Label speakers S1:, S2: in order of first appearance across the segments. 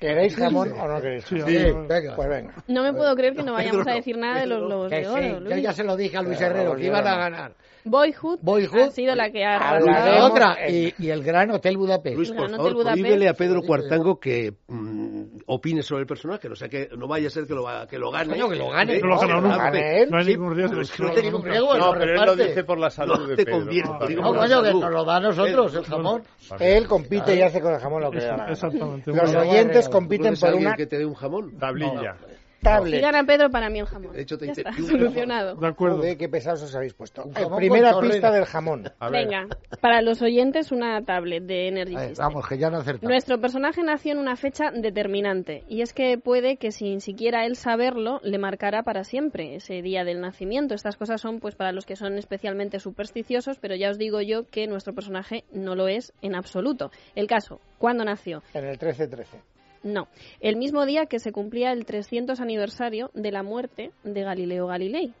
S1: ¿Queréis jamón o no queréis jamón?
S2: Sí,
S1: venga. Pues venga.
S3: No me puedo creer que no vayamos a decir nada de los globos
S1: Que
S3: de
S1: sí,
S3: oro,
S1: yo ya
S3: Luis.
S1: se lo dije a Luis Herrero, que iban a ganar.
S3: Boyhood,
S1: Boyhood,
S3: ha sido la que ha
S1: La de
S3: arrasado.
S1: otra, y, y el Gran Hotel Budapest.
S4: Luis,
S3: Gran
S4: por
S3: Hotel
S4: favor,
S3: Budapest.
S4: prohíbele a Pedro Cuartango que mm, opine sobre el personaje. O sea, que no vaya a ser que lo, va- que lo gane.
S1: Coño, que lo gane,
S4: Eh,
S1: No lo ha ganado
S4: que lo
S1: nunca.
S4: gane.
S2: No hay
S4: Sí,
S2: ningún riesgo.
S4: pero es que Pues no
S2: No,
S4: te-
S1: ningún riesgo,
S5: No,
S1: lo
S5: pero él lo
S1: reparte.
S5: dice por la salud
S4: No
S5: de
S4: te
S5: Pedro.
S4: conviertes,
S5: Ah,
S4: digo,
S5: vale.
S1: No, coño, que
S4: salud.
S1: nos lo da a nosotros el jamón.
S5: Vale.
S1: Él compite y hace con el jamón lo que le da la gana.
S2: Exactamente.
S1: Los
S2: Bueno,
S1: oyentes bueno,
S4: ¿Tú
S1: compiten
S4: conoces a
S1: por
S4: alguien
S1: una
S4: que te dé un jamón?
S5: Tablilla.
S3: Si
S1: tablet.
S3: gana Pedro, para mí el jamón.
S4: De hecho, te
S3: Ya
S4: hice-
S3: está,
S4: y un-
S3: solucionado.
S2: De acuerdo.
S1: Joder, qué pesados os habéis puesto. Eh,
S4: jamón
S1: primera
S4: con torreno.
S1: pista del jamón.
S5: A ver,
S3: Venga, para los oyentes, una tablet de Energy
S1: A ver,
S3: System.
S1: vamos, que ya no acertamos.
S3: Nuestro personaje nació en una fecha determinante, y es que puede que sin siquiera él saberlo le marcará para siempre ese día del nacimiento. Estas cosas son pues para los que son especialmente supersticiosos, pero ya os digo yo que nuestro personaje no lo es en absoluto. El caso, ¿cuándo nació?
S1: En el 13-13.
S3: No, el mismo día que se cumplía el 300 aniversario de la muerte de Galileo Galilei.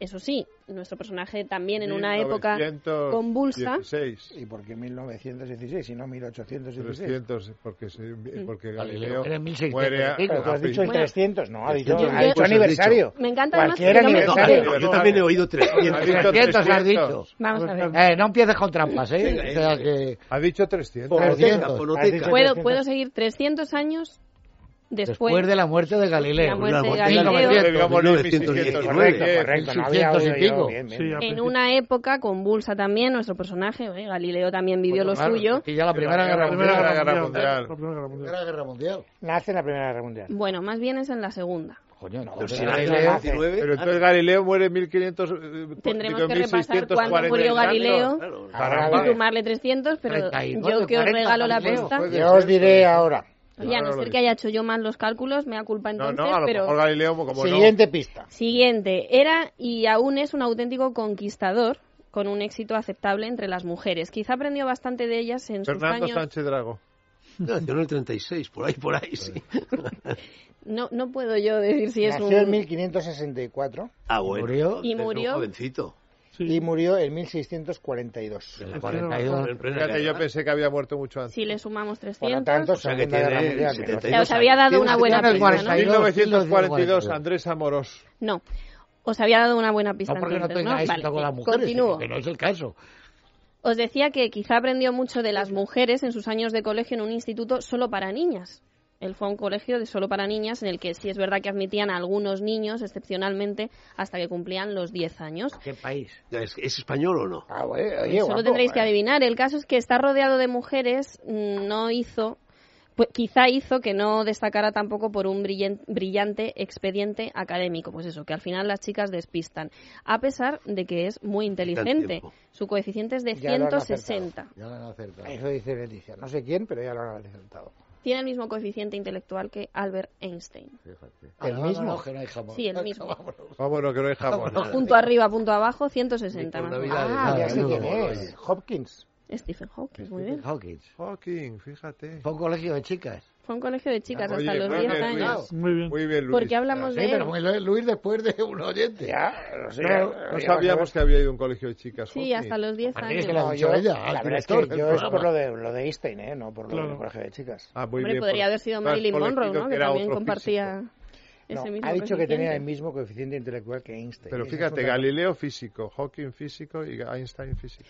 S3: Eso sí, nuestro personaje también en una época
S5: 1916,
S3: convulsa.
S5: 16,
S1: ¿Y por qué 1916 y no 1816?
S5: 300, porque, se-
S3: Mm.
S5: porque
S1: Galileo
S5: Galileo
S1: era en 1600,
S5: muere a,
S1: Pero tú has dicho el
S3: Bueno.
S1: 300, no, ha dicho,
S3: Yo-
S1: ha
S3: yo-
S1: dicho aniversario.
S3: Me encanta además
S1: Cualquier
S3: que no me-
S4: No,
S1: aniversario.
S4: no, yo también he oído 300.
S1: 300 has dicho.
S3: Vamos a ver.
S1: Eh, no empieces con trampas, ¿eh?
S4: Venga,
S1: O sea que...
S5: Ha dicho 300.
S4: Fonoteca,
S1: 300.
S4: fonoteca.
S1: Has dicho
S3: Puedo,
S1: 300.
S3: puedo seguir 300 años después.
S1: Después de la muerte de Galileo.
S3: La muerte de
S4: Una
S3: Galileo.
S4: botella
S5: Galileo.
S4: de 1919.
S1: Correcto,
S5: Eh,
S1: correcto. No
S2: 1600
S1: había oído
S2: y
S1: yo,
S2: pico.
S1: bien, bien.
S2: Sí, al
S3: En
S2: principio.
S3: una época convulsa también, nuestro personaje, eh, Galileo también vivió
S1: Bueno,
S3: lo
S1: claro,
S3: suyo.
S1: Y ya la Primera
S5: La
S1: Guerra
S5: Primera
S1: Mundial.
S5: Guerra Mundial.
S2: La Primera Guerra Mundial.
S1: Primera Guerra Mundial. Nace en la Primera Guerra Mundial.
S3: Bueno, más bien es en la segunda.
S1: Coño, no.
S4: Pero si
S1: pero
S4: era
S1: Galileo-
S4: Galileo
S5: Pero
S4: 19,
S5: entonces Galileo muere en 1500. eh,
S3: Tendremos
S5: digo,
S3: que
S5: en
S3: repasar cuándo
S5: 1640.
S3: murió Galileo
S4: claro.
S1: Caramba.
S3: y sumarle 300, pero
S1: 39,
S3: yo que os
S1: 40,
S3: regalo la
S1: Galileo,
S3: pista.
S1: Ya os diré ahora.
S3: Oye, a
S5: Ahora
S3: no
S5: lo
S3: ser
S5: dices.
S3: que haya hecho yo mal los cálculos, me da culpa
S5: No,
S3: entonces,
S5: no, a lo
S3: pero...
S5: mejor Galileo, como
S1: Siguiente pista.
S3: Siguiente, era y aún es un auténtico conquistador con un éxito aceptable entre las mujeres. Quizá aprendió bastante de ellas en
S5: no. Fernando
S3: sus años.
S5: Sánchez Drago.
S4: Nació en el 36, por ahí, por ahí, sí.
S3: No, no puedo yo decir si es
S1: Nació
S3: un
S1: en 1564
S4: Ah, bueno.
S1: Murió.
S3: Y
S4: Era un
S3: murió.
S4: jovencito.
S1: y murió en 1642.
S4: En la
S1: pues,
S2: Sí,
S4: 42, en
S3: Pues
S4: plena
S5: Fíjate, yo
S4: guerra.
S5: pensé que había muerto mucho antes.
S3: si le sumamos 300.
S1: Por lo tanto,
S4: sea que
S1: Segunda
S4: tiene
S1: Guerra Mundial.
S4: 72
S1: 1942.
S3: Ya os había dado
S4: Tienes
S3: una
S4: que
S3: buena
S1: tener
S3: pista, ¿no?
S1: 42. pues,
S5: 1942, Andrés Amorós.
S3: No. Os había dado una buena pista.
S1: No porque no
S3: entonces,
S1: tenga éxito
S3: Vale,
S1: con las mujeres,
S3: Continúo.
S1: sino que no es el caso.
S3: Os decía que quizá aprendió mucho de las mujeres en sus años de colegio en un instituto solo para niñas. Él fue a un colegio de solo para niñas en el que sí es verdad que admitían a algunos niños excepcionalmente hasta que cumplían los 10 años.
S1: ¿Qué país?
S4: ¿Es, es español o no?
S1: Ah, oye, oye,
S3: Solo
S1: guapo,
S3: tendréis que
S1: eh.
S3: adivinar. El caso es que está rodeado de mujeres, mm, no hizo, pues, quizá hizo que no destacara tampoco por un brillen- brillante expediente académico. Pues eso, que al final las chicas despistan, a pesar de que es muy inteligente.
S4: tiempo.
S3: Su coeficiente es de
S1: Ya lo han
S3: 160.
S1: acertado, Ya lo han acertado. Eso dice Leticia. No sé quién, pero ya lo han acertado.
S3: Tiene el mismo coeficiente intelectual que Albert Einstein.
S1: El mismo. que Ah, no hay jamón.
S3: Sí, el mismo.
S5: Vámonos, que no hay jamón.
S3: Punto arriba, punto abajo, 160 más o menos. Ah,
S1: Ah, ya sé
S4: no,
S1: quién
S4: no,
S1: es. Hopkins.
S3: Stephen Hawking, muy bien.
S1: Hawkins.
S5: Hawking, fíjate.
S1: Fue un colegio de chicas.
S3: Fue un colegio de chicas
S5: Oye,
S3: hasta los
S5: muy
S3: 10
S5: bien, Luis.
S3: años.
S2: Muy bien.
S5: Muy bien, Luis.
S3: Porque hablamos
S1: Ah, Sí,
S3: de
S1: pero
S3: él.
S1: muy lo- Luis después de un oyente. Ya, no sé.
S5: No, no sabíamos que había ido a un colegio de chicas.
S3: Sí,
S5: Hawking.
S3: hasta los 10
S1: Parece
S3: años.
S1: que la-
S3: Hombre,
S1: Yo-
S4: al
S1: la verdad es que
S4: director del
S1: yo es
S4: programa.
S1: por lo de, lo de Einstein, ¿eh? No por lo
S2: Claro.
S1: del colegio de chicas.
S5: Ah, muy bien,
S3: podría
S5: por-
S3: haber sido
S5: por-
S3: Marilyn
S5: por el
S3: Monroe,
S5: chico
S3: ¿no?
S5: que
S3: Que
S5: era
S3: también
S5: otro
S3: compartía
S1: No,
S3: ese mismo
S1: ha dicho que tenía el
S3: coeficiente.
S1: mismo coeficiente intelectual que Einstein.
S5: físico. Pero
S1: Ese es
S5: fíjate,
S1: un dato.
S5: Galileo físico, Hawking físico y Einstein físico.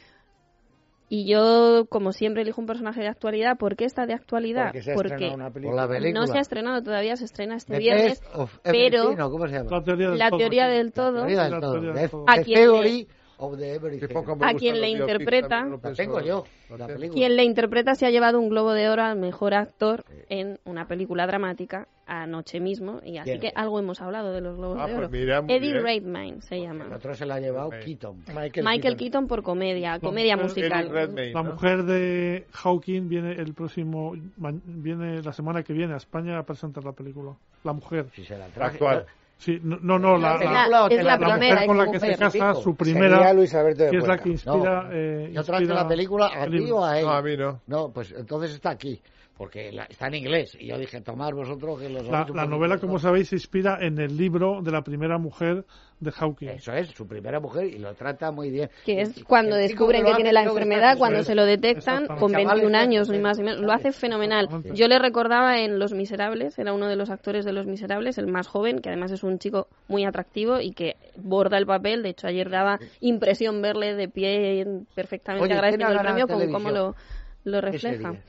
S3: Y yo, como siempre, elijo un personaje de actualidad. ¿Por qué está de actualidad?
S1: Porque se ha estrenado una Por película.
S3: no
S1: La película.
S3: se ha estrenado todavía, se estrena este
S1: The
S3: viernes.
S1: Test of
S3: pero
S1: Everything, ¿no? ¿Cómo se llama?
S2: La teoría del
S3: La
S2: todo.
S3: teoría del todo.
S1: Teoría del
S2: La
S1: todo.
S2: teoría del
S1: The-
S2: todo.
S3: ¿A
S1: The
S3: quién le-
S1: Theory of the Everything.
S5: Qué poco me
S3: ¿A
S5: gustan
S3: quién
S5: los
S3: le
S5: biopics,
S3: interpreta?
S5: no lo
S1: La
S5: pienso.
S1: tengo yo.
S5: Lo
S1: La
S5: tengo.
S1: película.
S3: Quien le interpreta se ha llevado un globo de oro al mejor actor en una película dramática anoche mismo. Y así
S1: Bien.
S3: que algo hemos hablado de los globos
S5: Ah,
S3: de
S5: pues
S3: oro.
S5: mira, muy
S3: Eddie
S5: bien.
S3: Redmayne se
S1: El
S3: llama.
S1: otro se la ha llevado
S5: Ok.
S1: Keaton.
S3: Michael Keaton por comedia, comedia
S2: Eric
S3: musical.
S5: Eric Redmayne,
S2: La
S5: ¿no?
S2: mujer de Hawking viene el próximo ma- viene la semana que viene a España a presentar la película. La mujer.
S1: Si se la traje.
S5: Actual.
S2: Sí, no, no, no, la,
S3: La-
S2: la-
S3: es la
S2: la
S3: primera,
S2: mujer con la
S3: es
S2: que
S3: mujer,
S2: se casa,
S1: repito.
S2: su
S1: Sería
S2: primera,
S1: Luis Alberto de
S2: que es la
S1: Cuenca.
S2: que inspira.
S1: No.
S2: eh,
S1: Yo traje
S2: inspira
S1: la película a
S2: el
S1: ti
S2: libro.
S1: o a él.
S5: No, a mí no.
S1: No, pues entonces está aquí.
S6: porque la- está en inglés. Y yo dije, tomar vosotros que los
S2: La,
S6: habéis un
S2: la
S6: poco-
S2: novela, como sabéis, se inspira en el libro de la primera mujer de Hawking.
S6: Eso es, su primera mujer y lo trata muy bien.
S3: Que
S6: Y-
S3: es
S6: y
S3: cuando
S6: el tipo
S3: descubren que
S6: lo
S3: tiene
S6: hace,
S3: la
S6: creo que está
S3: enfermedad,
S6: con
S3: cuando
S6: su-
S3: se lo detectan,
S2: Exactamente.
S3: con
S6: Chaval,
S3: 21
S6: está-
S3: años, ni más ni menos. Lo hace fenomenal.
S2: Exactamente.
S3: Yo le recordaba en Los Miserables, era uno de los actores de Los Miserables, el más joven, que además es un chico muy atractivo y que borda el papel. De hecho, ayer daba impresión verle de pie perfectamente
S1: Oye, ¿quién
S3: agradeciendo el
S1: ha ganado
S3: premio
S1: en
S3: con cómo lo,
S1: televisión
S3: lo
S1: ese
S3: refleja.
S1: día?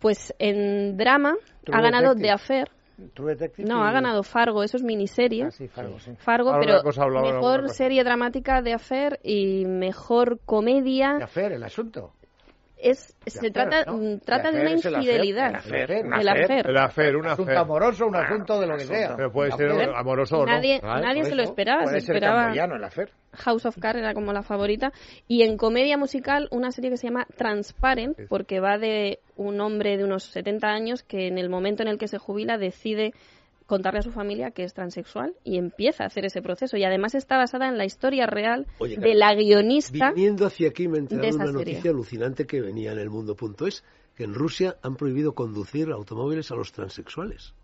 S3: Pues en drama
S1: True
S3: ha ganado
S1: Detective.
S3: The Affair.
S1: True Detective
S3: No,
S1: y-
S3: ha ganado Fargo, eso es miniserie.
S1: Ah, sí, Fargo, sí.
S3: Fargo,
S5: Ahora
S3: pero
S5: una cosa hablaba de alguna
S3: mejor
S5: cosa.
S3: serie dramática de Affair y mejor comedia.
S6: Afer, el asunto.
S3: Es, se
S6: Affair,
S3: trata,
S6: ¿no?
S3: mm, trata de
S6: Afer
S3: una
S6: es el Afer, el
S3: infidelidad.
S6: Afer, un
S3: El
S6: Afer.
S3: Afer.
S5: El hacer,
S6: Un
S5: una
S6: asunto
S5: hacer.
S6: amoroso, un asunto de lo que sea.
S5: Pero puede ser
S6: Afer.
S5: amoroso o no.
S3: Nadie,
S6: Claro,
S3: nadie
S6: Ah, por
S3: se lo
S6: eso.
S3: esperaba, se
S6: Puede ser
S3: esperaba
S6: camboyano el Afer.
S3: House of Cards era como la favorita y en comedia musical una serie que se llama Transparent porque va de un hombre de unos 70 años que en el momento en el que se jubila decide contarle a su familia que es transexual y empieza a hacer ese proceso y además está basada en la historia real de
S4: Oye, Carmen,
S3: la guionista
S4: Viniendo hacia aquí me he enterado
S3: de
S4: de
S3: esa
S4: una
S3: serie.
S4: noticia alucinante que venía en el mundo.es, que en Rusia han prohibido conducir automóviles a los transexuales.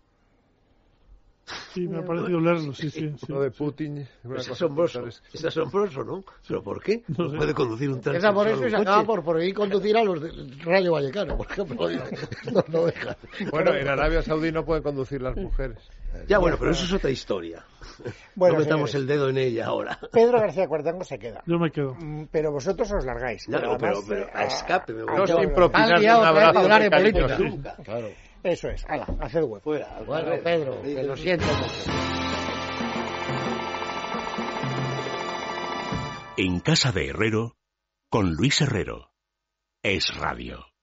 S2: Sí, me ha parecido leerlo, sí, sí. sí.
S5: Lo de Putin. una
S3: Pues
S4: Es
S5: cosa
S4: asombroso,
S5: brutal, es-
S4: es asombroso, ¿no? ¿Pero por qué? No
S2: sé.
S4: puede conducir un
S1: Es
S4: transexual
S1: por eso
S4: un
S1: y se
S4: coche.
S1: acaba por prohibir conducir a los del Rayo Vallecano, por ejemplo. digo, No, no dejan.
S5: Bueno, en Arabia Saudí no pueden conducir
S3: Mm.
S5: las mujeres.
S4: Ya, bueno, pero eso es otra historia.
S1: Bueno,
S4: no metamos
S1: señores,
S4: el dedo en ella ahora.
S1: Pedro García Cuartango se queda.
S2: Yo me quedo.
S1: Mm, Pero vosotros os largáis.
S4: Ya, no, pero,
S1: Además,
S4: pero
S1: eh,
S4: a escape me voy.
S5: No
S1: ya,
S5: sin
S1: ya.
S5: propinar
S1: Has liado
S5: un
S1: otra vez
S5: abrazo
S1: a hablar de
S5: de cariño.
S1: política.
S4: Nunca. Claro.
S1: Eso es. Hala, haced huevo.
S4: Fuera. al
S6: Bueno,
S4: carrer.
S6: Pedro, que lo siento mucho.
S7: En casa de Herrero, con Luis Herrero. Es Radio.